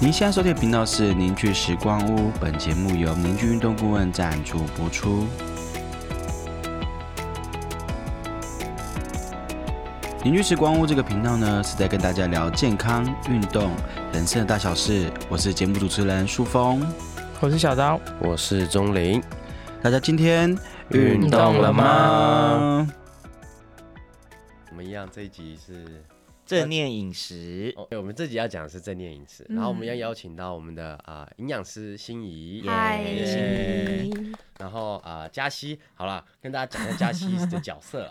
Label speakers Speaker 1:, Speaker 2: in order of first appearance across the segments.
Speaker 1: 您现在收听的频道是《凝聚时光屋》，本节目由凝聚运动顾问赞助播出。凝聚时光屋这个频道呢，是在跟大家聊健康、运动、人生的大小事。我是节目主持人舒峰，
Speaker 2: 我是小刀，
Speaker 3: 我是钟林，
Speaker 1: 大家今天
Speaker 3: 运动了吗？
Speaker 1: 嗯，
Speaker 3: 我们一样这一集是
Speaker 4: 正念饮食，
Speaker 3: 哦，对，我们这集要讲的是正念饮食，
Speaker 5: 嗯
Speaker 3: 然后我们要邀请到我们的啊、营养师心仪，
Speaker 5: 嗨，
Speaker 3: 耶然后啊、嘉熙，好啦，跟大家讲一下嘉熙的角色，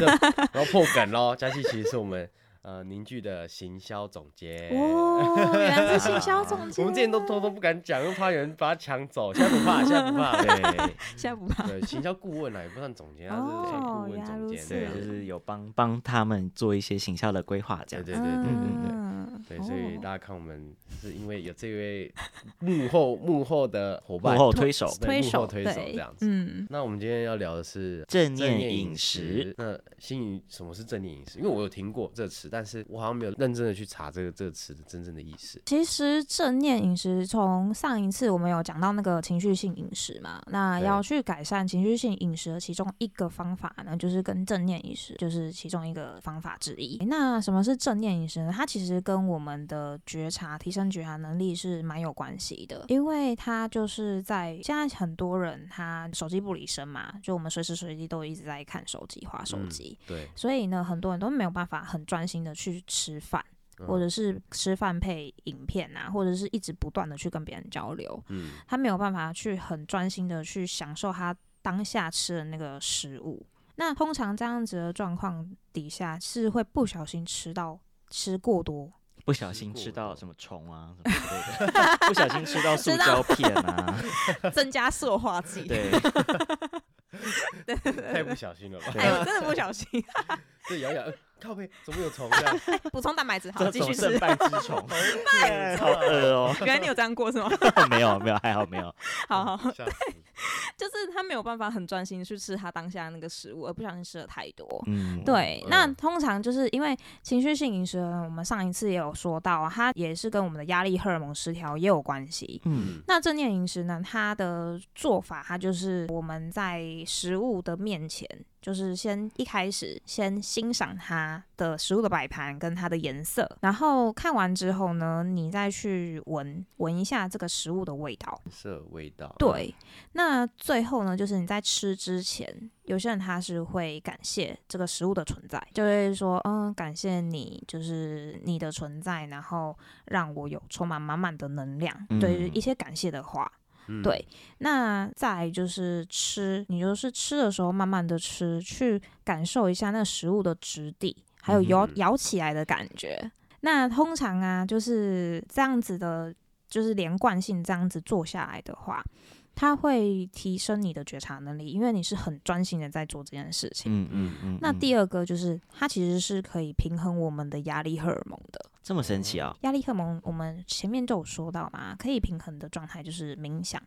Speaker 3: 这然后破梗喽，嘉熙其实是我们呃凝聚的行销总监。
Speaker 5: 哦，原来是行 销总监，
Speaker 3: 我们之前都偷偷不敢讲，又怕有人把他抢走，现在不怕，现在不怕，对
Speaker 5: 下不怕，
Speaker 3: 对，行销顾问啊，也不算总监，他
Speaker 5: 哦
Speaker 3: 是算顾
Speaker 5: 原
Speaker 3: 问
Speaker 5: 来
Speaker 3: 总
Speaker 5: 如
Speaker 3: 监，
Speaker 5: 此
Speaker 4: 对，啊就是有帮帮他们做一些形象的规划，这
Speaker 3: 对
Speaker 4: 样
Speaker 3: 对对对对对。
Speaker 5: 嗯
Speaker 3: 对，所以
Speaker 5: 哦
Speaker 3: 大家看我们是因为有这位幕后幕后的伙伴，
Speaker 4: 幕后推手
Speaker 3: 对
Speaker 5: 推
Speaker 3: 幕
Speaker 5: 手
Speaker 3: 后推手
Speaker 5: 对
Speaker 3: 这样子。
Speaker 5: 嗯，
Speaker 3: 那我们今天要聊的是
Speaker 4: 正
Speaker 3: 正
Speaker 4: 念
Speaker 3: 念
Speaker 4: 饮
Speaker 3: 饮
Speaker 4: 食
Speaker 3: 食。。那新宇什么是正念饮食？因为我有听过这个词，但是我好像没有认真的去查这个这个词的真正的意思。
Speaker 5: 其实正念饮食从上一次我们有讲到那个情绪性饮食嘛，那
Speaker 3: 对
Speaker 5: 要去改善情绪性饮食的其中一个方法呢，就是跟正念饮食就是其中一个方法之一。那什么是正念饮食呢？它其实跟我们的觉察、提升觉察能力是蛮有关系的，因为它就是在现在很多人他手机不离身嘛，就我们随时随地都一直在看手机、划手
Speaker 3: 嗯
Speaker 5: 机，
Speaker 3: 对，
Speaker 5: 所以呢，很多人都没有办法很专心的去吃饭。
Speaker 3: 嗯
Speaker 5: 或者是吃饭配影片啊，或者是一直不断的去跟别人交流，
Speaker 3: 嗯，
Speaker 5: 他没有办法去很专心的去享受他当下吃的那个食物。那通常这样子的状况底下，是会不小心吃到吃过多，
Speaker 4: 不小心吃到什么虫啊，什么之类 的，不小心 吃到塑胶片啊，
Speaker 5: 增加塑化 剂。
Speaker 4: 对，
Speaker 3: 太不小心了 吧？
Speaker 5: 哎，我真的不小 心
Speaker 3: 对，咬一咬，呃靠背怎么有虫这样？
Speaker 5: 补充蛋白质，好
Speaker 4: 这
Speaker 5: 继续
Speaker 4: 种
Speaker 5: 吃
Speaker 4: 胜。 败之虫，
Speaker 3: 对
Speaker 4: 好恶哦。
Speaker 5: 原来你有这样过是吗？
Speaker 4: 没有没有，还好没有。
Speaker 5: 好好，
Speaker 3: 吓死！
Speaker 5: 就是他没有办法很专心去吃他当下那个食物，而不小心吃的太多。
Speaker 4: 嗯，
Speaker 5: 对
Speaker 3: 嗯，
Speaker 5: 那通常就是因为情绪性饮食呢，我们上一次也有说到啊，它也是跟我们的压力荷尔蒙失调也有关系。
Speaker 4: 嗯，
Speaker 3: 嗯
Speaker 5: 那正念饮食呢，它的做法，它就是我们在食物的面前，就是先一开始先欣赏它的食物的摆盘跟它的颜色，然后看完之后呢，你再去闻闻一下这个食物的味道。
Speaker 4: 嗯
Speaker 3: 色味道。
Speaker 5: 对，那最后呢，就是你在吃之前，有些人他是会感谢这个食物的存在，就会说，嗯，感谢你，就是你的存在，然后让我有充满满满的能量，对就是
Speaker 4: 嗯
Speaker 5: 一些感谢的话。
Speaker 3: 嗯，
Speaker 5: 对，那再来就是吃，你就是吃的时候慢慢的吃，去感受一下那食物的质地，还有咬、
Speaker 3: 嗯
Speaker 5: 咬起来的感觉。那通常啊，就是这样子的，就是连贯性这样子做下来的话，它会提升你的觉察能力，因为你是很专心的在做这件事情。
Speaker 4: 嗯嗯嗯。
Speaker 5: 那第
Speaker 4: 二
Speaker 5: 二个就是，它其实是可以平衡我们的压力荷尔蒙的。
Speaker 4: 这么神奇啊？
Speaker 5: 压力荷尔蒙，我们前面就有说到嘛，可以平衡的状态就是冥想。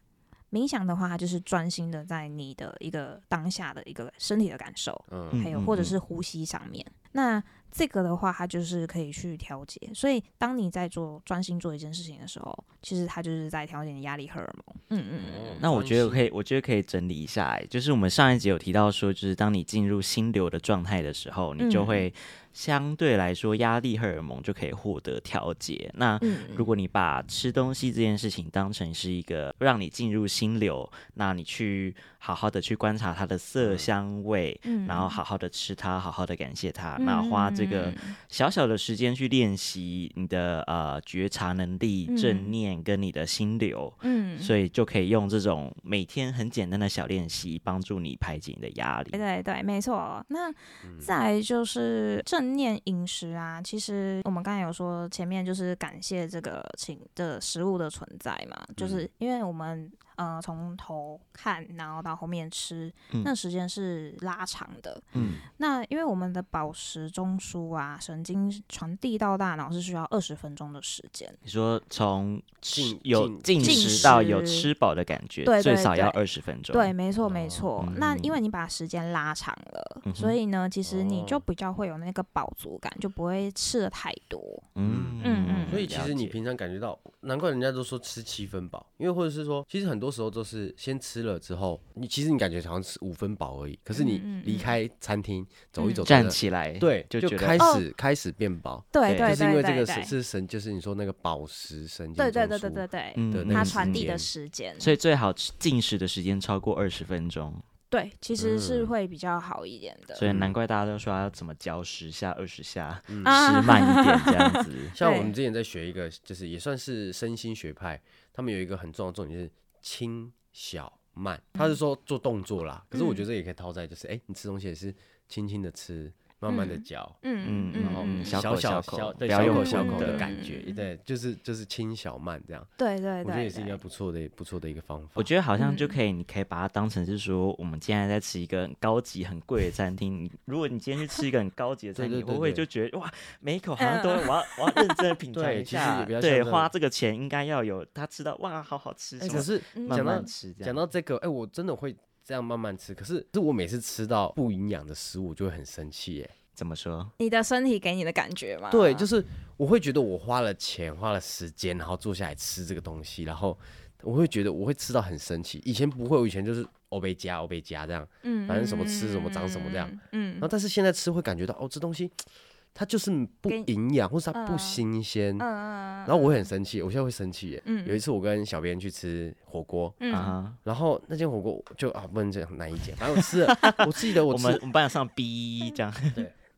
Speaker 5: 冥想的话，它就是专心的在你的一个当下的一个身体的感受，
Speaker 3: 嗯，
Speaker 4: 嗯
Speaker 5: 还有或者
Speaker 4: 嗯
Speaker 5: 是呼吸上面。那这个的话，它就是可以去调节。所以，当你在做专心做一件事情的时候，其实它就是在调节你压力荷尔蒙。嗯嗯嗯，
Speaker 3: 哦
Speaker 4: 那我觉得可，
Speaker 3: 关
Speaker 4: 以，我觉得可以整理一下、欸，就是我们上一集有提到说，就是当你进入心流的状态的时候，你就
Speaker 5: 嗯
Speaker 4: 会相对来说压力荷尔蒙就可以获得调节。那
Speaker 5: 嗯
Speaker 4: 如果你把吃东西这件事情当成是一个让你进入心流，那你去好好的去观察它的色
Speaker 3: 嗯
Speaker 4: 香味，
Speaker 5: 嗯
Speaker 4: 然后好好的吃它，好好的感谢它，那花这个
Speaker 5: 嗯
Speaker 4: 小小的时间去练习你的呃觉察能力、正
Speaker 5: 嗯
Speaker 4: 念跟你的心流，
Speaker 5: 嗯，
Speaker 4: 所以就可以用这种每天很简单的小练习，帮助你排解你的压力
Speaker 5: 对。对对，没错。那
Speaker 3: 嗯
Speaker 5: 再来就是正念饮食啊，其实我们刚才有说前面就是感谢这个情的食物的存在嘛，就是因为我们呃从头看，然后到后面吃，
Speaker 4: 嗯
Speaker 5: 那时间是拉长的。
Speaker 4: 嗯，
Speaker 5: 那因为我们的饱食中枢啊，神经传递到大脑是需要二十分钟的时间。
Speaker 4: 你说从吃
Speaker 3: 进
Speaker 4: 有进
Speaker 3: 进
Speaker 4: 食到
Speaker 5: 进
Speaker 4: 有
Speaker 5: 食
Speaker 4: 吃饱的感觉，
Speaker 5: 对
Speaker 4: 最
Speaker 5: 对
Speaker 4: 少要
Speaker 5: 对
Speaker 4: 二十分钟。
Speaker 5: 对，，没错，
Speaker 3: 哦
Speaker 5: 没错。那因为
Speaker 4: 嗯
Speaker 5: 你把时间拉长了，
Speaker 4: 嗯哼
Speaker 5: 所以呢，其实你就
Speaker 3: 哦
Speaker 5: 比较会有那个饱足感，就不会吃的太多。
Speaker 4: 嗯
Speaker 5: 嗯嗯
Speaker 3: 所以其
Speaker 4: 了
Speaker 3: 实你
Speaker 4: 解
Speaker 3: 平常感觉到，难怪人家都说吃七分饱，因为或者是说，其实很多时候都是先吃了之后，你其实你感觉好像是五分饱而已，可是你
Speaker 5: 嗯嗯
Speaker 3: 离
Speaker 5: 嗯
Speaker 3: 开餐厅走一走，
Speaker 4: 站，起来，
Speaker 3: 对，
Speaker 4: 就
Speaker 3: 就
Speaker 4: 觉得
Speaker 3: 开
Speaker 5: 哦
Speaker 3: 始开始变饱，
Speaker 5: 对
Speaker 4: 对
Speaker 5: 对
Speaker 3: 就是因
Speaker 5: 对
Speaker 3: 为这
Speaker 5: 对
Speaker 3: 个是
Speaker 5: 对，
Speaker 3: 是神，就是你说那个饱食神经
Speaker 5: 对对对
Speaker 3: 中
Speaker 5: 对
Speaker 3: 枢
Speaker 5: 对对，
Speaker 4: 嗯
Speaker 3: 的那
Speaker 5: 它
Speaker 3: 个
Speaker 5: 传
Speaker 3: 时
Speaker 5: 递的
Speaker 3: 间
Speaker 5: 时间，
Speaker 4: 所以最好吃进食的时间超过二十分钟，
Speaker 5: 对，其实是
Speaker 3: 嗯
Speaker 5: 会比较好一点
Speaker 3: 呃。
Speaker 5: 的。
Speaker 4: 所以难怪大家都说要怎么嚼十下、二十下，吃
Speaker 5: 啊
Speaker 4: 慢一点这样子
Speaker 3: 像我
Speaker 5: 对
Speaker 3: 们之前在学一个，就是也算是身心学派，他们有一个很重要的重点就是轻小慢，他是说做动作啦。可是我觉得这也可以套在就是，哎、你吃东西也是轻轻的吃，慢慢的
Speaker 5: 嗯
Speaker 3: 嚼，
Speaker 5: 嗯嗯
Speaker 4: 嗯
Speaker 5: 嗯
Speaker 3: 然后
Speaker 5: 嗯，
Speaker 4: 小口
Speaker 3: 小
Speaker 4: 小口
Speaker 3: 对
Speaker 4: 不要
Speaker 3: 小
Speaker 5: 用
Speaker 3: 口
Speaker 5: 力
Speaker 3: 小口的
Speaker 5: 嗯
Speaker 3: 感觉，对，就是就是轻小慢这样，
Speaker 5: 对对对，
Speaker 3: 我觉得也是应
Speaker 5: 对
Speaker 3: 该不错的不错的一个方法。
Speaker 4: 我觉得好像
Speaker 5: 嗯
Speaker 4: 就可以，你可以把它当成是说，我们现在在吃一个很高级、很贵的餐厅。你如果你今天去吃一个很高级的餐厅，
Speaker 3: 对对
Speaker 4: 你
Speaker 3: 对
Speaker 4: 会不会
Speaker 3: 对
Speaker 4: 就觉得哇，每一口好像都我要我要认真的 品尝
Speaker 3: 对
Speaker 4: 一
Speaker 3: 其实也
Speaker 4: 下，
Speaker 3: 比较像
Speaker 4: 对，
Speaker 3: 这种
Speaker 4: 花这个钱应该要有他吃到哇，好好吃，
Speaker 3: 哎
Speaker 4: 什
Speaker 3: 可
Speaker 4: 么
Speaker 3: 是
Speaker 5: 嗯
Speaker 4: 慢
Speaker 3: 讲到
Speaker 4: 慢吃这样。
Speaker 3: 讲到这个，哎、我真的会这样慢慢吃，可是是我每次吃到不营养的食物，我就会很生气耶、
Speaker 4: 怎么说？
Speaker 5: 你的身体给你的感觉嘛。
Speaker 3: 对，就是我会觉得我花了钱，花了时间，然后坐下来吃这个东西，然后我会觉得我会吃到很生气。以前不会，我以前就是欧贝加欧贝加这样，
Speaker 5: 嗯，
Speaker 3: 反正什么吃什么长什么这样
Speaker 5: 嗯。
Speaker 3: 然后
Speaker 5: 嗯
Speaker 3: 但是现在吃会感觉到哦，这东西它就是不
Speaker 5: 给你
Speaker 3: 营养，或是它不
Speaker 5: 嗯
Speaker 3: 新鲜，
Speaker 5: 嗯嗯，
Speaker 3: 然后我会很生气，我现在会生气耶。
Speaker 5: 嗯
Speaker 3: 有一次我跟小编去吃火锅。
Speaker 5: 嗯
Speaker 4: 啊哈，
Speaker 3: 然后那间火锅就啊不能这样难以讲，反正我吃了，我记得我
Speaker 4: 我
Speaker 3: 吃
Speaker 4: 们我们班上 B 这样，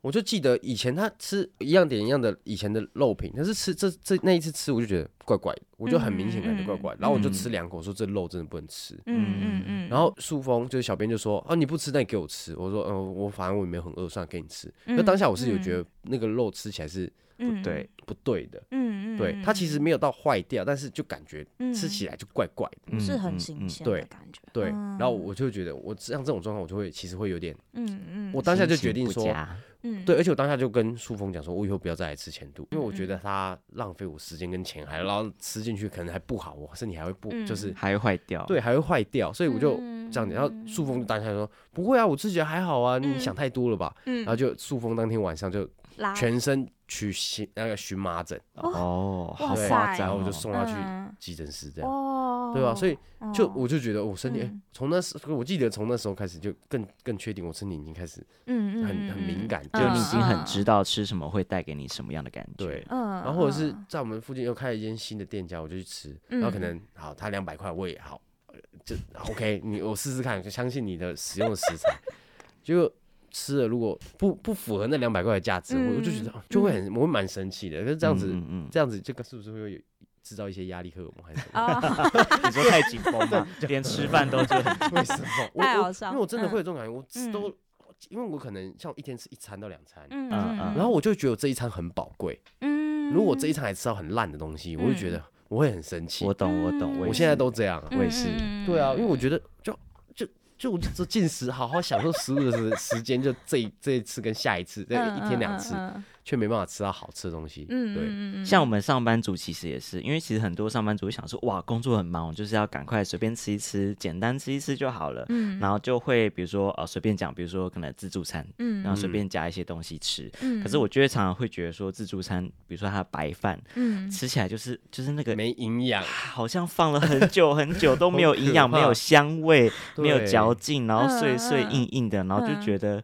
Speaker 3: 我就记得以前他吃一样点一样的以前的肉品，但是吃这这那一次吃我就觉得怪怪的，我就很明显感觉怪怪的，然后我就吃两口，说这肉真的不能吃。
Speaker 5: 嗯嗯嗯，
Speaker 3: 然后树峰就是小编就说啊你不吃那你给我吃，我说嗯、呃我反正我也没有很饿，算了给你吃。那当下我是有觉得那个肉吃起来是
Speaker 5: 嗯，
Speaker 4: 对，
Speaker 3: 不对的，
Speaker 5: 嗯嗯，
Speaker 3: 对它其实没有到坏掉，但是就感觉吃起来就怪怪的。
Speaker 5: 不是
Speaker 4: 嗯
Speaker 5: 很
Speaker 4: 嗯
Speaker 5: 新
Speaker 4: 嗯
Speaker 5: 鲜
Speaker 3: 对
Speaker 5: 的感觉。
Speaker 3: 对，
Speaker 5: 嗯
Speaker 3: 然后我就觉得我像这种状况，我就会其实会有点，
Speaker 5: 嗯嗯，
Speaker 3: 我当下就
Speaker 4: 心
Speaker 3: 决定
Speaker 4: 情不
Speaker 3: 说，
Speaker 4: 佳
Speaker 5: 嗯
Speaker 3: 对，而且我当下就跟树峰讲说，我以后不要再来吃前度，因为我觉
Speaker 5: 嗯
Speaker 3: 得它浪费我时间跟钱，还然后吃进去可能还不好，我身体还会不、就是
Speaker 4: 还会坏掉。
Speaker 3: 对还会坏掉，所以我就
Speaker 5: 嗯
Speaker 3: 这样讲。然后树峰当下就说不会啊，我自己还好啊，你想太多了吧。
Speaker 5: 嗯，
Speaker 3: 然后就树峰当天晚上就
Speaker 5: 拉
Speaker 3: 全身去荨那个荨麻疹，
Speaker 4: 哦，好
Speaker 5: 哇
Speaker 3: 对，
Speaker 4: 夸
Speaker 5: 塞
Speaker 4: 张
Speaker 3: 然
Speaker 4: 哦。
Speaker 3: 后我就送他去
Speaker 5: 嗯
Speaker 3: 急诊室这样。
Speaker 5: 哦，
Speaker 3: 对吧？啊所以就
Speaker 5: 哦
Speaker 3: 我就觉得我身体
Speaker 5: 嗯
Speaker 3: 从、那时，我记得从那时候开始就更更确定我身体已经开始
Speaker 5: 嗯嗯
Speaker 3: 很很敏，感，
Speaker 4: 就你已
Speaker 3: 是
Speaker 4: 经很
Speaker 5: 嗯
Speaker 4: 知道吃什么会带给你什么样的感觉。
Speaker 3: 对，
Speaker 5: 嗯，
Speaker 3: 然后或者是在我们附近又开了一间新的店家，我就去吃，然后可
Speaker 5: 嗯
Speaker 3: 能好，他两百块我也好，呃就 OK，你我试试看，就相信你的使用的食材， 结果吃了如果不不符合那两百块的价值，我我就觉得
Speaker 5: 嗯
Speaker 3: 哦就会很我会蛮生气的，可是这样子
Speaker 4: 嗯嗯
Speaker 3: 这样子这个是不是会有制造一些压力荷尔蒙还是什么？
Speaker 5: 啊，
Speaker 4: 嗯，你说太紧绷吗？连吃饭都觉得
Speaker 3: 为 什么？我
Speaker 5: 太
Speaker 3: 我
Speaker 5: 好笑
Speaker 3: 因为我真的
Speaker 5: 嗯
Speaker 3: 会有这种感觉，我吃
Speaker 5: 嗯
Speaker 3: 都因为我可能像我一天吃一餐到两餐，
Speaker 5: 嗯
Speaker 3: 啊然后我就觉得我这一餐很宝贵，
Speaker 5: 嗯，
Speaker 3: 如果我这一餐还吃到很烂的东西，我会觉得我会很生气。
Speaker 4: 我懂，我懂，
Speaker 5: 嗯
Speaker 4: 也
Speaker 3: 我现在
Speaker 4: 是
Speaker 3: 都这样啊。
Speaker 4: 我也是
Speaker 3: 对啊，因为
Speaker 4: 嗯
Speaker 3: 我觉得就就就我就进食，好好享受食物的时时间，就这一这一次跟下一次，这一天两次，
Speaker 5: 嗯
Speaker 3: 却没办法吃到好吃的东西。对，
Speaker 5: 嗯嗯，
Speaker 4: 像我们上班族其实也是，因为其实很多上班族会想说，哇，工作很忙，我就是要赶快随便吃一吃，简单吃一吃就好了。
Speaker 5: 嗯
Speaker 4: 然后就会比如说呃随便讲，比如说可能自助餐，
Speaker 5: 嗯
Speaker 4: 然后随便加一些东西吃。
Speaker 5: 嗯
Speaker 4: 可是我就会常常会觉得说自助餐，比如说它的白饭，
Speaker 5: 嗯
Speaker 4: 吃起来就是就是那个
Speaker 3: 没营养
Speaker 4: 啊，好像放了很久很 久都没有营养，
Speaker 3: 好可怕
Speaker 4: 没有香味，
Speaker 3: 对
Speaker 4: 没有嚼劲，然后碎碎
Speaker 5: 嗯嗯
Speaker 4: 硬硬的，然后就
Speaker 5: 嗯
Speaker 4: 觉得。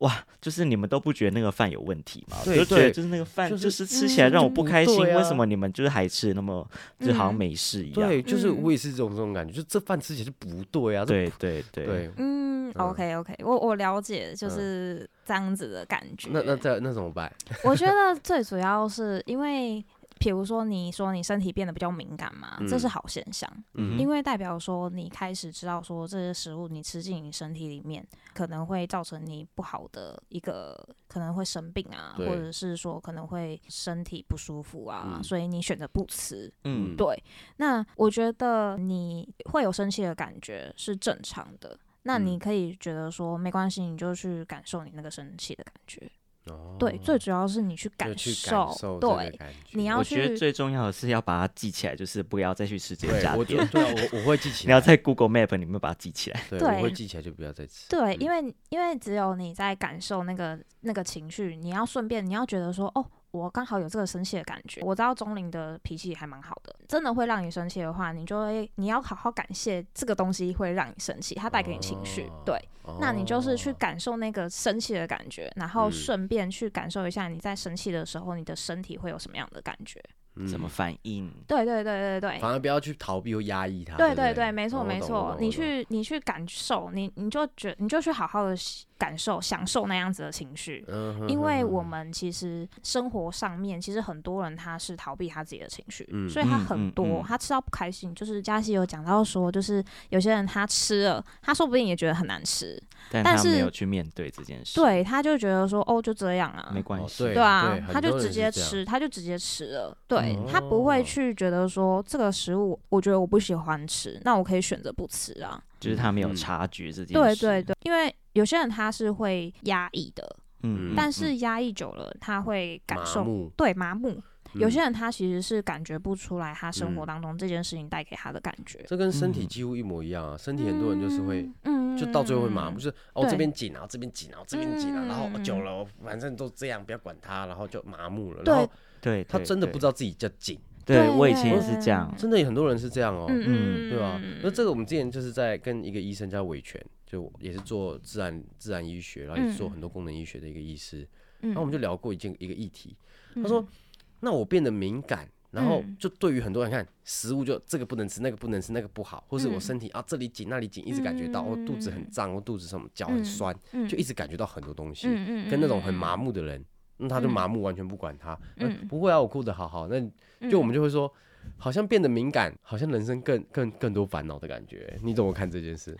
Speaker 4: 哇，就是你们都不觉得那个饭有问题吗？我
Speaker 3: 对
Speaker 4: 就觉得
Speaker 3: 对
Speaker 4: 就是那个饭
Speaker 3: 就
Speaker 4: 就是是吃起来让我不开心，
Speaker 3: 嗯对啊
Speaker 4: 为什么你们就是还吃得那么就好像没事一样？
Speaker 3: 对，就是
Speaker 5: 嗯
Speaker 3: 我也是这种这种感觉，就这饭吃起来就不对啊。这
Speaker 4: 对对对
Speaker 3: 对，
Speaker 5: 嗯，OK OK，我我了解，就是这样子的感觉。
Speaker 3: 嗯那那这那怎么办？
Speaker 5: 我觉得最主要是因为，比如说你说你身体变得比较敏感嘛，这是
Speaker 3: 嗯
Speaker 5: 好现象，
Speaker 3: 嗯
Speaker 5: 因
Speaker 3: 哼，
Speaker 5: 为代表说你开始知道说这些食物你吃进你身体里面，可能会造成你不好的一个，可能会生病啊，或
Speaker 3: 对
Speaker 5: 者是说可能会身体不舒服啊，
Speaker 3: 嗯
Speaker 5: 所以你选择不吃。
Speaker 4: 嗯
Speaker 3: 嗯
Speaker 5: 对，那我觉得你会有生气的感觉是正常的。那你
Speaker 3: 嗯
Speaker 5: 可以觉得说没关系，你就去感受你那个生气的感觉。
Speaker 3: 哦
Speaker 5: 对，最主要是你去
Speaker 3: 就
Speaker 5: 感
Speaker 3: 去
Speaker 5: 受，
Speaker 3: 受这个
Speaker 5: 对，
Speaker 3: 感觉。
Speaker 5: 你要
Speaker 4: 我觉得
Speaker 5: 去
Speaker 4: 最重要的是要把它记起来，就是不要再去吃这
Speaker 3: 对
Speaker 4: 家
Speaker 3: 我就
Speaker 4: 店。
Speaker 3: 对啊我我会记起
Speaker 4: 你要
Speaker 3: 来，
Speaker 4: 在 Google Map 里面把它记起来。
Speaker 3: 对，
Speaker 5: 对
Speaker 3: 我会记起来就不要再吃。
Speaker 5: 对，
Speaker 3: 嗯
Speaker 5: 因为因为只有你在感受那个那个情绪，你要顺便你要觉得说，哦，我刚好有这个生气的感觉。我知道钟灵的脾气还蛮好的，真的会让你生气的话，你就会你要好好感谢这个东西会让你生气，它带给你情绪。
Speaker 3: 哦
Speaker 5: 对，那你就是去
Speaker 3: 哦
Speaker 5: 感受那个生气的感觉，然后
Speaker 3: 嗯
Speaker 5: 顺便去感受一下你在生气的时候，你的身体会有什么样的感觉。
Speaker 4: 怎么
Speaker 3: 嗯
Speaker 4: 反应？
Speaker 5: 对对对对对，
Speaker 3: 反而不要去逃避或压抑它。
Speaker 5: 哎对
Speaker 3: 对
Speaker 5: 对对，没错没错，你，
Speaker 3: 哦
Speaker 5: 去你去感受，你你就觉你就去好好的感受享受那样子的情绪，
Speaker 3: 我懂我懂我懂嗯哼
Speaker 5: 因为我
Speaker 3: 哼
Speaker 5: 们其实生活上面其实很多人他是逃避他自己的情绪，
Speaker 3: 嗯
Speaker 5: 所以他
Speaker 4: 嗯
Speaker 5: 很
Speaker 4: 嗯
Speaker 5: 多、
Speaker 4: 嗯
Speaker 5: 他吃到不开心，就是佳琪有讲到说，就是有些人他吃了，他说不定也觉得很难吃，
Speaker 4: 但
Speaker 5: 但
Speaker 4: 他没
Speaker 5: 是
Speaker 4: 有去面对这件事，，
Speaker 5: 对，他就觉得说哦就这样啊
Speaker 4: 没，
Speaker 3: 哼
Speaker 4: 关
Speaker 3: 哦
Speaker 4: 系，
Speaker 3: 对
Speaker 5: 对啊
Speaker 3: 对，很
Speaker 5: 他就
Speaker 3: 多人
Speaker 5: 直
Speaker 3: 是
Speaker 5: 接
Speaker 3: 这样
Speaker 5: 吃，他就直接吃了。对、
Speaker 4: 嗯
Speaker 5: 他不会
Speaker 3: 哦
Speaker 5: 去觉得说这个食物，我觉得我不喜欢吃，那我可以选择不吃啊。
Speaker 4: 就是他没有
Speaker 1: 嗯
Speaker 4: 察觉这件
Speaker 5: 对
Speaker 4: 事，
Speaker 5: 对对，因为有些人他是会压抑的，
Speaker 4: 嗯，嗯，
Speaker 5: 但
Speaker 4: 嗯
Speaker 5: 是压抑久了他会感
Speaker 3: 麻
Speaker 5: 受
Speaker 3: 木
Speaker 5: 对麻木。有
Speaker 3: 嗯
Speaker 5: 些人他其实是感觉不出来他生活
Speaker 3: 嗯
Speaker 5: 当中这件事情带给他的感觉。
Speaker 3: 这跟身体
Speaker 4: 嗯
Speaker 3: 几乎一模一样啊，身体很多人就是会。
Speaker 5: 嗯，嗯，
Speaker 3: 就到最后会麻木，就是哦这
Speaker 5: 对
Speaker 3: 边紧，然后这边紧，然后这边紧啊，然后哦久
Speaker 5: 嗯
Speaker 3: 了哦反正都这样，不要管它，然后就麻木了。
Speaker 5: 对
Speaker 3: 然后
Speaker 4: 对，
Speaker 3: 他
Speaker 4: 对
Speaker 3: 真的
Speaker 4: 对
Speaker 3: 不知道自己叫紧，
Speaker 4: 对
Speaker 5: 对
Speaker 4: 我以
Speaker 5: 对
Speaker 4: 前也是
Speaker 5: 对
Speaker 4: 这样，
Speaker 3: 真的有很多人是这样哦，
Speaker 5: 嗯嗯，
Speaker 3: 对吧？那这
Speaker 5: 个
Speaker 3: 个我们之前就是在跟一个医生叫伟全，就也是做自然自然医学，然后也是做
Speaker 5: 嗯
Speaker 3: 很多功能医学的一个医师，
Speaker 5: 嗯，
Speaker 3: 然后我们就
Speaker 5: 就
Speaker 3: 聊过一件一个议题，他说那我变得敏感，然后
Speaker 5: 嗯
Speaker 3: 就对于很多人看食物就这个不能吃，那个不能吃，那个不好，或是我
Speaker 5: 嗯
Speaker 3: 身体啊这里紧那里紧，一直感觉到我肚子很胀，我肚子什么脚
Speaker 5: 嗯
Speaker 3: 很酸，就一直感觉到很多东西，跟那种很麻木的人，那他就
Speaker 5: 嗯
Speaker 3: 麻木，完全不管他，
Speaker 5: 嗯
Speaker 3: 嗯，不会啊，我过得好好，那就我们就会说。好像变得敏感，好像人生更更更多烦恼的感觉。你怎么看这件事？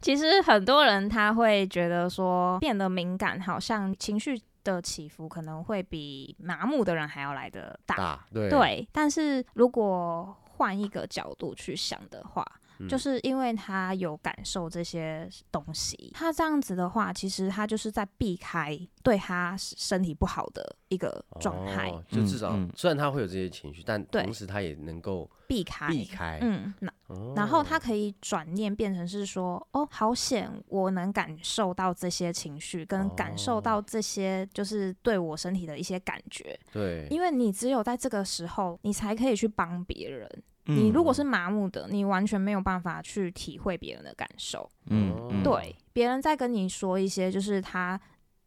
Speaker 5: 其实很多人他会觉得说，变得敏感，好像情绪的起伏可能会比麻木的人还要来得大。
Speaker 3: 大对
Speaker 5: 对，但是如果换一个角度去想的话，
Speaker 3: 嗯
Speaker 5: 就是因为他有感受这些东西，他这样子的话，其实他就是在避开对他身体不好的一个状态，
Speaker 3: 哦就至少
Speaker 4: 嗯嗯
Speaker 3: 虽然他会有这些情绪，但
Speaker 5: 对
Speaker 3: 同时他也能够
Speaker 5: 避开，
Speaker 3: 避开。
Speaker 5: 嗯，那
Speaker 3: 哦
Speaker 5: 然后他可以转念变成是说，哦，好险，我能感受到这些情绪，跟感受
Speaker 3: 哦
Speaker 5: 到这些就是对我身体的一些感觉，
Speaker 3: 对，
Speaker 5: 因为你只有在这个时候，你才可以去帮别人。
Speaker 4: 嗯
Speaker 5: 你
Speaker 3: 嗯
Speaker 5: 如果是麻木的，你完全没有办法去体会别人的感受。
Speaker 4: 嗯嗯
Speaker 5: 对，别人在跟你说一些，就是他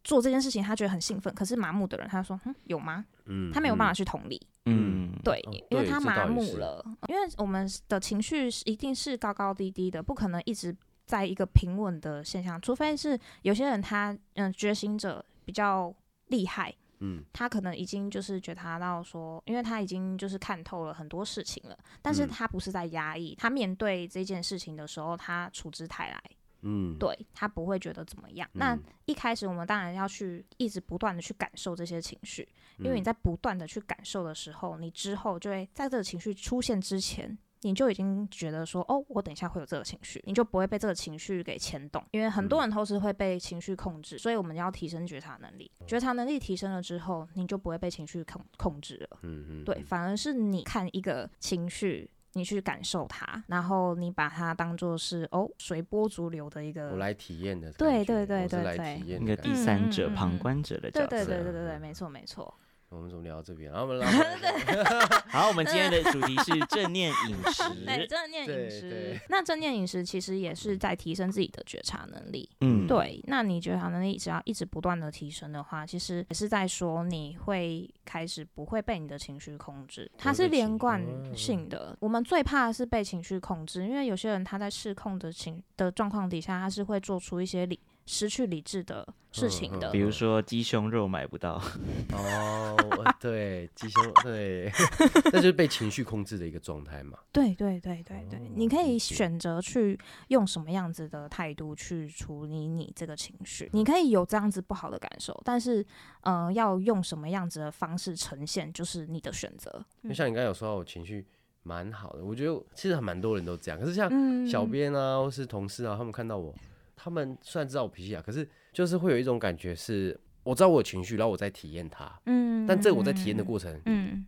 Speaker 5: 做这件事情，他觉得很兴奋，可是麻木的人，他说，嗯，有吗？
Speaker 3: 嗯
Speaker 5: 他没有办法去同理。
Speaker 4: 嗯
Speaker 5: 对
Speaker 3: 哦，
Speaker 5: 因为
Speaker 3: 对
Speaker 5: 他
Speaker 3: 这
Speaker 5: 麻
Speaker 3: 倒也
Speaker 5: 木
Speaker 3: 是
Speaker 5: 了，因为我们的情绪是一定是高高低低的，不可能一直在一个平稳的现象，除非是有些人他嗯觉醒者比较厉害，
Speaker 3: 嗯
Speaker 5: 他可能已经就是觉察到说，因为他已经就是看透了很多事情了，但是
Speaker 3: 嗯
Speaker 5: 他不是在压抑，他面对这件事情的时候，他处之泰来，
Speaker 3: 嗯，
Speaker 5: 对他不会觉得怎么样。那一开始我们当然要去一直不断的去感受这些情绪，因为你
Speaker 3: 嗯
Speaker 5: 在不断的去感受的时候，你之后就会在这个情绪出现之前，你就已经觉得说，哦，我等一下会有这个情绪，你就不会被这个情绪给牵动。因为很
Speaker 3: 嗯
Speaker 5: 多人都是会被情绪控制，所以我们要提升觉察能力。觉察能力提升了之后，你就不会被情绪控控制了。
Speaker 3: 嗯嗯
Speaker 5: 对，反而是你看一个情绪。你去感受它，然后你把它当做是哦随波逐流的一个
Speaker 3: 嗯我来体验的感觉，
Speaker 5: 对对对
Speaker 3: 我是
Speaker 5: 对
Speaker 3: 来
Speaker 5: 对
Speaker 3: 体验
Speaker 4: 一
Speaker 3: 的
Speaker 4: 个
Speaker 3: 感
Speaker 4: 第
Speaker 3: 觉。
Speaker 4: 三者、
Speaker 5: 嗯嗯嗯
Speaker 4: 旁观者的角
Speaker 5: 对对
Speaker 4: 色。
Speaker 5: 对
Speaker 3: 啊
Speaker 5: 对对对，
Speaker 3: 嗯
Speaker 5: 没错没错。
Speaker 3: 我们怎么聊到这 边？然后啊我们拉回来
Speaker 4: 好，我们今天的主题是正念饮
Speaker 5: 对，
Speaker 4: 食。
Speaker 5: 正念饮
Speaker 3: 对
Speaker 5: 食
Speaker 3: 对。
Speaker 5: 那正念饮食其实也是在提升自己的觉察能力。
Speaker 4: 嗯，
Speaker 5: 对，那你觉察能力只要一直不断的提升的话，其实也是在说你会开始不会被你的情绪控制，它
Speaker 3: 会
Speaker 5: 是
Speaker 3: 被情
Speaker 5: 连贯
Speaker 3: 哦
Speaker 5: 性的。我们最怕的是被情绪控制，因为有些人他在失控的情的状况底下，他是会做出一些理失去理智的事
Speaker 3: 嗯
Speaker 5: 情
Speaker 3: 嗯
Speaker 5: 的
Speaker 4: 比。如说鸡胸肉买不到，
Speaker 3: 哦， 我对，鸡胸，对， 那就是被情绪控制的一个状态嘛。
Speaker 5: 对对对对对，你
Speaker 3: 哦
Speaker 5: 可以
Speaker 3: 理解
Speaker 5: 选择去用什么样子的态度去处理你这个情绪，你可以有这样子不好的感受，但是，呃，要用什么样子的方式呈现，就是你的选择。
Speaker 3: 就像你刚才有说到，我情绪蛮好的，我觉得其实还蛮多人都这样。可是像
Speaker 5: 嗯
Speaker 3: 小编啊，或是同事啊，他们看到我，他们虽然知道我脾气啊，可是就是会有一种感觉是，我知道我有情绪，然后我在体验它，
Speaker 5: 嗯
Speaker 3: 但这我在体验的，过程，
Speaker 5: 嗯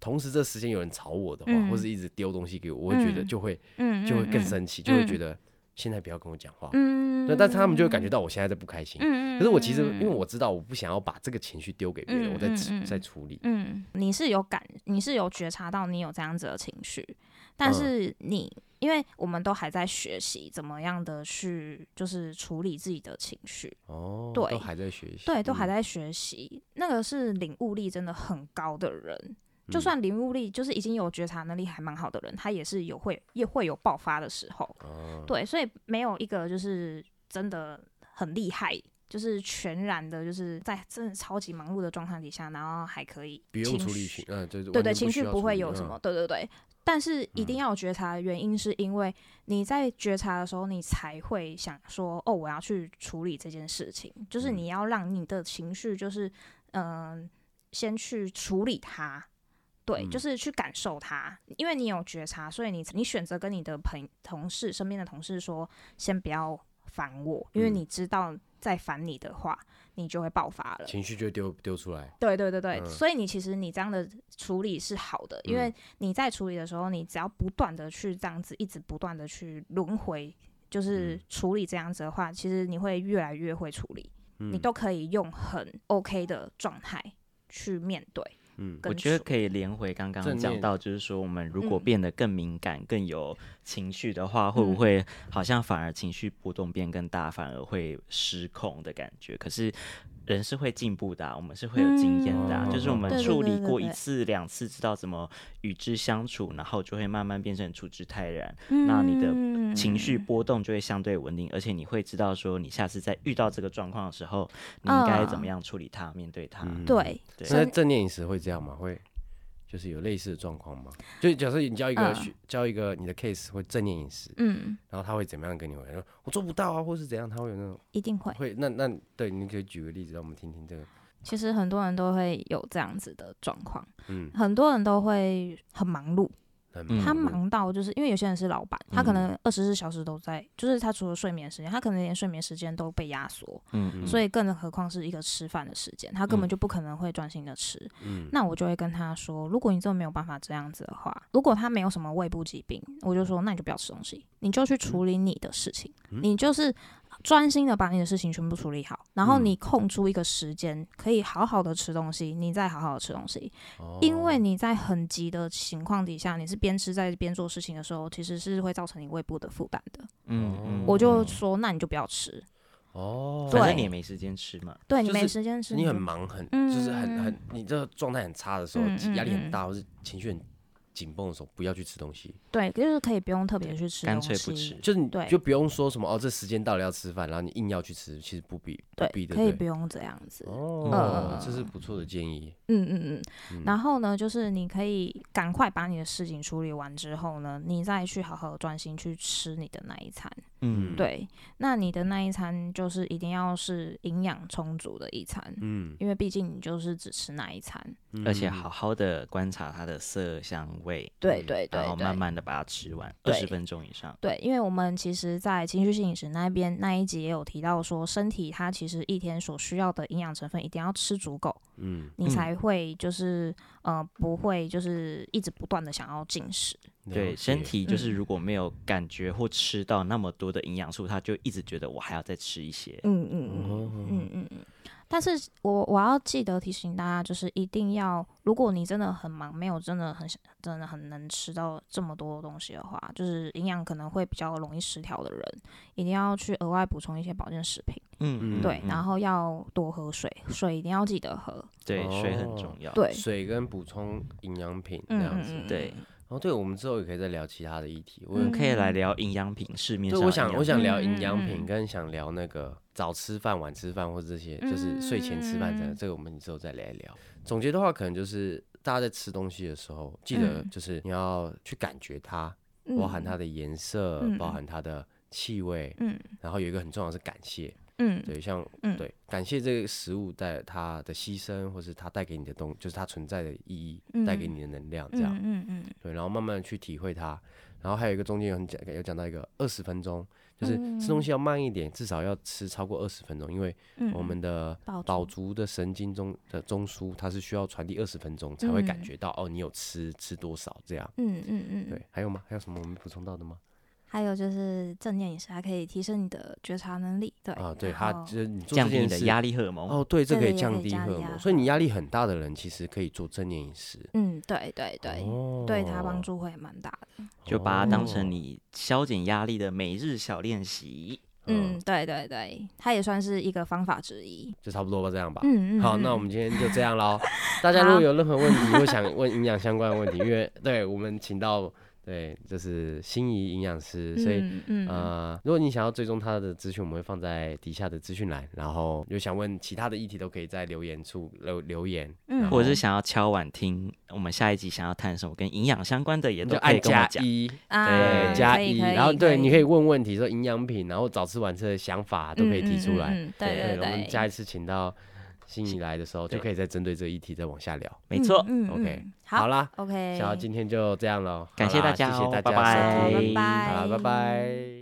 Speaker 3: 同时这时间有人吵我的话，
Speaker 5: 嗯
Speaker 3: 或是一直丢东西给我，我会觉得
Speaker 5: 嗯
Speaker 3: 就会
Speaker 5: 嗯，
Speaker 3: 就会更，生气，就会
Speaker 5: 嗯
Speaker 3: 觉得现在不要跟我讲话，
Speaker 5: 嗯，
Speaker 3: 那但他们就会感觉到我现在在不开心。
Speaker 5: 嗯嗯。
Speaker 3: 可是我其实因为
Speaker 5: 嗯
Speaker 3: 我知道我不想要把这个情绪丢给别人，
Speaker 5: 嗯
Speaker 3: 我在
Speaker 5: 嗯嗯
Speaker 3: 在处理。
Speaker 5: 嗯，你是有感，你是有觉察到你有这样子的情绪，但
Speaker 3: 嗯
Speaker 5: 是你、因为我们都还在学习怎么样的去就是处理自己的情绪，
Speaker 3: 哦，
Speaker 5: 对
Speaker 3: 都还在学习，
Speaker 5: 对，都还
Speaker 3: 嗯
Speaker 5: 在学习，那个是领悟力真的很高的人。就
Speaker 3: 嗯
Speaker 5: 算领悟力就是已经有觉察能力还蛮好的人，他也是有会也会有爆发的时候，
Speaker 3: 哦
Speaker 5: 对，所以没有一个就是真的很厉害，就是全然的，就是在真的超级忙碌的状态底下，然后还可以
Speaker 3: 不用
Speaker 5: 情
Speaker 3: 处理
Speaker 5: 绪
Speaker 3: 情，嗯，对对
Speaker 5: 对
Speaker 3: 完
Speaker 5: 对，
Speaker 3: 全
Speaker 5: 情
Speaker 3: 需
Speaker 5: 绪
Speaker 3: 要
Speaker 5: 不
Speaker 3: 处
Speaker 5: 会
Speaker 3: 理
Speaker 5: 有什
Speaker 3: 嗯
Speaker 5: 么，对对对。但是一定要有觉察的原因，是因为你在觉察的时候，你才会想说，哦，我要去处理这件事情，就是
Speaker 3: 嗯
Speaker 5: 你要让你的情绪，就是嗯、先去处理它。对，就
Speaker 3: 嗯
Speaker 5: 是去感受它，因为你有觉察，所以你你选择跟你的朋同事、身边的同事说，先不要烦我，因为
Speaker 3: 嗯
Speaker 5: 你知道再烦你的话，你就会爆发了。
Speaker 3: 情绪就会丢丢出来。
Speaker 5: 对对对对，
Speaker 3: 嗯
Speaker 5: 所以你其实你这样的处理是好的，因
Speaker 4: 嗯
Speaker 5: 为你在处理的时候，你只要不断的去这样子，一直不断的去轮回，就是
Speaker 3: 嗯
Speaker 5: 处理这样子的话，其实你会越来越会处理，
Speaker 3: 嗯，
Speaker 5: 你都可以用很 OK 的状态去面对
Speaker 3: 嗯
Speaker 5: 跟
Speaker 4: 我
Speaker 5: 处。
Speaker 4: 觉得可以连回刚刚
Speaker 3: 正
Speaker 4: 讲
Speaker 3: 念
Speaker 4: 到，就是说我们如果
Speaker 5: 嗯
Speaker 4: 变得更敏感、更有情绪的话，会不
Speaker 5: 嗯
Speaker 4: 会好像反而情绪波动变更大，反而会失控的感觉？可是人是会进步的啊、我们是会有经验的啊、
Speaker 3: 嗯
Speaker 4: 就是我们
Speaker 5: 对对
Speaker 4: 处理
Speaker 5: 对对
Speaker 4: 过
Speaker 5: 对
Speaker 4: 一次、两次，知道怎么与之相处，然后就会慢慢变成处之泰然。那你的
Speaker 5: 嗯
Speaker 4: 情绪波动就会相对稳定，而且你会知道说，你下次在遇到这个状况的时候，你应该怎么
Speaker 5: 嗯
Speaker 4: 样处理它、面对它。
Speaker 3: 嗯
Speaker 5: 对，
Speaker 4: 对
Speaker 3: 那在
Speaker 5: 真
Speaker 3: 正念饮食会这样吗？会就是有类似的状况吗？就假设你教一个
Speaker 5: 嗯
Speaker 3: 学教一个你的 case 会正念饮食，
Speaker 5: 嗯，
Speaker 3: 然后他会怎么样跟你回来？说我做不到啊，或是怎样？他会有那种
Speaker 5: 一定会。
Speaker 3: 会那那对，你可以举个例子让我们听听这个。
Speaker 5: 其实很多人都会有这样子的状况，
Speaker 3: 嗯，
Speaker 5: 很多人都会很忙碌，
Speaker 3: 很
Speaker 4: 嗯
Speaker 5: 他忙到就是因为有些人是老板，他可能二十四小时都在，就是他除了睡眠时间，他可能连睡眠时间都被压缩，
Speaker 4: 嗯嗯
Speaker 5: 所以更何况是一个吃饭的时间，他根本就不可能会专心的吃。
Speaker 3: 嗯
Speaker 5: 那我就会跟他说，如果你真的没有办法这样子的话，如果他没有什么胃部疾病，我就说那你就不要吃东西，你就去处理你的事情，
Speaker 4: 嗯
Speaker 5: 你就是专心的把你的事情全部处理好，然
Speaker 4: 嗯
Speaker 5: 后你空出一个时间可以好好的吃东西，你再好好的吃东西。
Speaker 3: 哦
Speaker 5: 因为你在很急的情况底下，你是边吃在边做事情的时候，其实是会造成你胃部的负担的。
Speaker 4: 嗯嗯
Speaker 5: 我就
Speaker 4: 嗯
Speaker 5: 说，那你就不要吃，
Speaker 3: 哦，
Speaker 4: 反
Speaker 5: 对
Speaker 4: 正你也没时间吃嘛。
Speaker 5: 对
Speaker 3: 就
Speaker 5: 你没
Speaker 3: 是
Speaker 5: 时间吃，
Speaker 3: 你很
Speaker 5: 就，
Speaker 3: 忙很
Speaker 5: 嗯
Speaker 3: 就是很很你这个状态很差的时候
Speaker 5: 嗯，嗯
Speaker 3: 压力
Speaker 5: 嗯
Speaker 3: 很大，或是情绪很紧绷的时候，不要去吃东西。
Speaker 5: 对，就是可以不用特别去吃
Speaker 4: 干
Speaker 5: 东
Speaker 4: 脆
Speaker 5: 西，
Speaker 4: 不吃
Speaker 3: 就是你
Speaker 5: 对
Speaker 3: 就不用说什么哦，这时间到了要吃饭，然后你硬要去吃，其实不必不
Speaker 5: 对，
Speaker 3: 必的，
Speaker 5: 可以
Speaker 3: 对
Speaker 5: 不用这样子。
Speaker 3: 哦，这是不错的建议。
Speaker 5: 嗯嗯嗯
Speaker 3: 嗯，
Speaker 5: 然后呢，就是你可以赶快把你的事情处理完之后呢，你再去好好地专心去吃你的那一餐。
Speaker 4: 嗯，
Speaker 3: 嗯
Speaker 5: 对，那你的那一餐就是一定要是营养充足的一餐，
Speaker 3: 嗯，
Speaker 5: 因为毕竟你就是只吃那一餐。
Speaker 4: 而且好好的观察它的色香味，
Speaker 5: 对
Speaker 3: 嗯
Speaker 5: 对对
Speaker 4: 然后
Speaker 5: 对，
Speaker 4: 慢慢的把它吃完，二
Speaker 5: 对
Speaker 4: 十分钟以上。
Speaker 5: 对，因为我们其实，在情绪性饮食那一边那一集也有提到说，身体它其实一天所需要的营养成分一定要吃足够，
Speaker 3: 嗯，
Speaker 5: 你
Speaker 4: 嗯
Speaker 5: 才会就是、呃不会就是一直不断的想要进食。
Speaker 3: 了
Speaker 4: 对，身
Speaker 3: 解
Speaker 4: 体就是
Speaker 5: 嗯
Speaker 4: 如果没有感觉或吃到那么多的营养素，它就一直觉得我还要再吃一些。
Speaker 5: 嗯嗯
Speaker 3: 哦
Speaker 5: 嗯嗯嗯嗯。但是我我要记得提醒大家，就是一定要，如果你真的很忙，没有真的很想真的很能吃到这么多东西的话，就是营养可能会比较容易失调的人，一定要去额外补充一些保健食品。
Speaker 4: 嗯，嗯
Speaker 5: 对，
Speaker 4: 嗯
Speaker 5: 然后要多喝水，水一定要记得喝。
Speaker 4: 对水很
Speaker 3: 哦
Speaker 4: 重要。
Speaker 5: 对，
Speaker 3: 水跟补充营养品这
Speaker 5: 嗯
Speaker 3: 样
Speaker 5: 嗯
Speaker 3: 子。
Speaker 5: 嗯，
Speaker 4: 对，
Speaker 3: 哦，对，我们之后也可以再聊其他的议题。我
Speaker 4: 我
Speaker 5: 嗯
Speaker 4: 们可以来聊营养品，市面
Speaker 3: 对
Speaker 4: 上
Speaker 3: 我想
Speaker 4: 的营养
Speaker 3: 我想聊
Speaker 5: 嗯
Speaker 3: 营
Speaker 5: 嗯
Speaker 3: 养
Speaker 5: 嗯
Speaker 3: 品，跟想聊那个早吃饭、晚吃饭或者这些，就是睡前吃饭
Speaker 5: 嗯
Speaker 3: 的这个，我们之后再来聊。总结的话，可能就是大家在吃东西的时候，记得
Speaker 5: 嗯
Speaker 3: 就是你要去感觉它，
Speaker 5: 嗯
Speaker 3: 包含它的颜色，包
Speaker 5: 嗯
Speaker 3: 含它的气味，
Speaker 5: 嗯
Speaker 3: 然后有一个很重要的是感谢。
Speaker 5: 嗯
Speaker 3: 对，像
Speaker 5: 嗯
Speaker 3: 对，感谢这个食物带它的牺牲，或是它带给你的东，就是它存在的意义，带给
Speaker 5: 嗯
Speaker 3: 你的能量，这样、
Speaker 5: 嗯嗯嗯，
Speaker 3: 对，然后慢慢地去体会它。然后还有一个中间有很讲有讲到一个二十分钟，就是吃东西要慢一点，至少要吃超过二十分钟，因为
Speaker 5: 嗯
Speaker 3: 我们的
Speaker 5: 饱
Speaker 3: 饱
Speaker 5: 足
Speaker 3: 足的神经中的中枢，它是需要传递二十分钟才会感
Speaker 5: 嗯
Speaker 3: 觉到、哦，你有吃吃多少这样。
Speaker 5: 嗯嗯嗯，
Speaker 3: 对，还有吗？还有什么我们补充到的吗？
Speaker 5: 还有就是正念饮食，还可以提升你的觉察能力。对
Speaker 3: 啊，对，
Speaker 5: 然
Speaker 3: 它
Speaker 5: 后
Speaker 3: 就是你做
Speaker 4: 降
Speaker 3: 这
Speaker 4: 低你
Speaker 3: 件
Speaker 4: 的
Speaker 3: 事
Speaker 4: 压力荷尔蒙。
Speaker 3: 哦，对，这
Speaker 5: 对
Speaker 3: 可以
Speaker 5: 对
Speaker 3: 降
Speaker 5: 可以
Speaker 3: 低
Speaker 5: 降
Speaker 3: 荷
Speaker 5: 低
Speaker 3: 尔
Speaker 5: 压哦
Speaker 3: 蒙，所以你压力很大的人其实可以做正念饮食，
Speaker 5: 嗯，对对对，
Speaker 3: 哦
Speaker 5: 对它帮助会蛮大的。
Speaker 4: 就把它当成
Speaker 3: 哦
Speaker 4: 你消减压力的每日小练习。
Speaker 5: 嗯，，对对对，它也算是一个方法之一。
Speaker 3: 就差不多吧，这样吧。
Speaker 5: 嗯嗯，
Speaker 3: 好，
Speaker 5: 嗯
Speaker 3: 那我们今天就这样 喽。大家如果
Speaker 5: 好
Speaker 3: 有任何问题或想问营养相关的问题，因为对我们请到对就是心仪营养师，所以
Speaker 5: 嗯嗯
Speaker 3: 呃，如果你想要追踪他的资讯，我们会放在底下的资讯栏。然后有想问其他的议题，都可以在留言处留留言。
Speaker 5: 嗯
Speaker 3: 然后
Speaker 4: 或者是想要敲碗听我我们下一集想要谈什么跟营养相关的，也
Speaker 3: 你
Speaker 4: 都
Speaker 3: 就
Speaker 4: 可以
Speaker 3: 按
Speaker 4: 跟我
Speaker 3: 加
Speaker 4: 讲。
Speaker 3: 一，
Speaker 5: 啊
Speaker 3: 对，加
Speaker 5: 可以
Speaker 3: 一，
Speaker 5: 可以
Speaker 3: 然后对，你可
Speaker 5: 以
Speaker 3: 以问问题，说营养品，然后早吃晚吃的想法都可以提出来。
Speaker 5: 嗯嗯嗯嗯对
Speaker 3: 我们
Speaker 5: 对，
Speaker 3: 下一次请到心仪来的时候，就
Speaker 4: 对
Speaker 3: 可以再针对这个议题再往下聊。
Speaker 4: 没错，
Speaker 5: 嗯嗯嗯
Speaker 3: OK，好
Speaker 5: 好
Speaker 3: 啦，
Speaker 5: ，OK，
Speaker 3: 然后今天就这样了，
Speaker 4: 感谢
Speaker 3: 好啦
Speaker 4: 大家
Speaker 3: 谢谢
Speaker 4: 哦
Speaker 3: 大
Speaker 4: 拜
Speaker 3: 家的收
Speaker 5: 拜
Speaker 3: 听
Speaker 5: 拜
Speaker 3: 好啦，拜拜。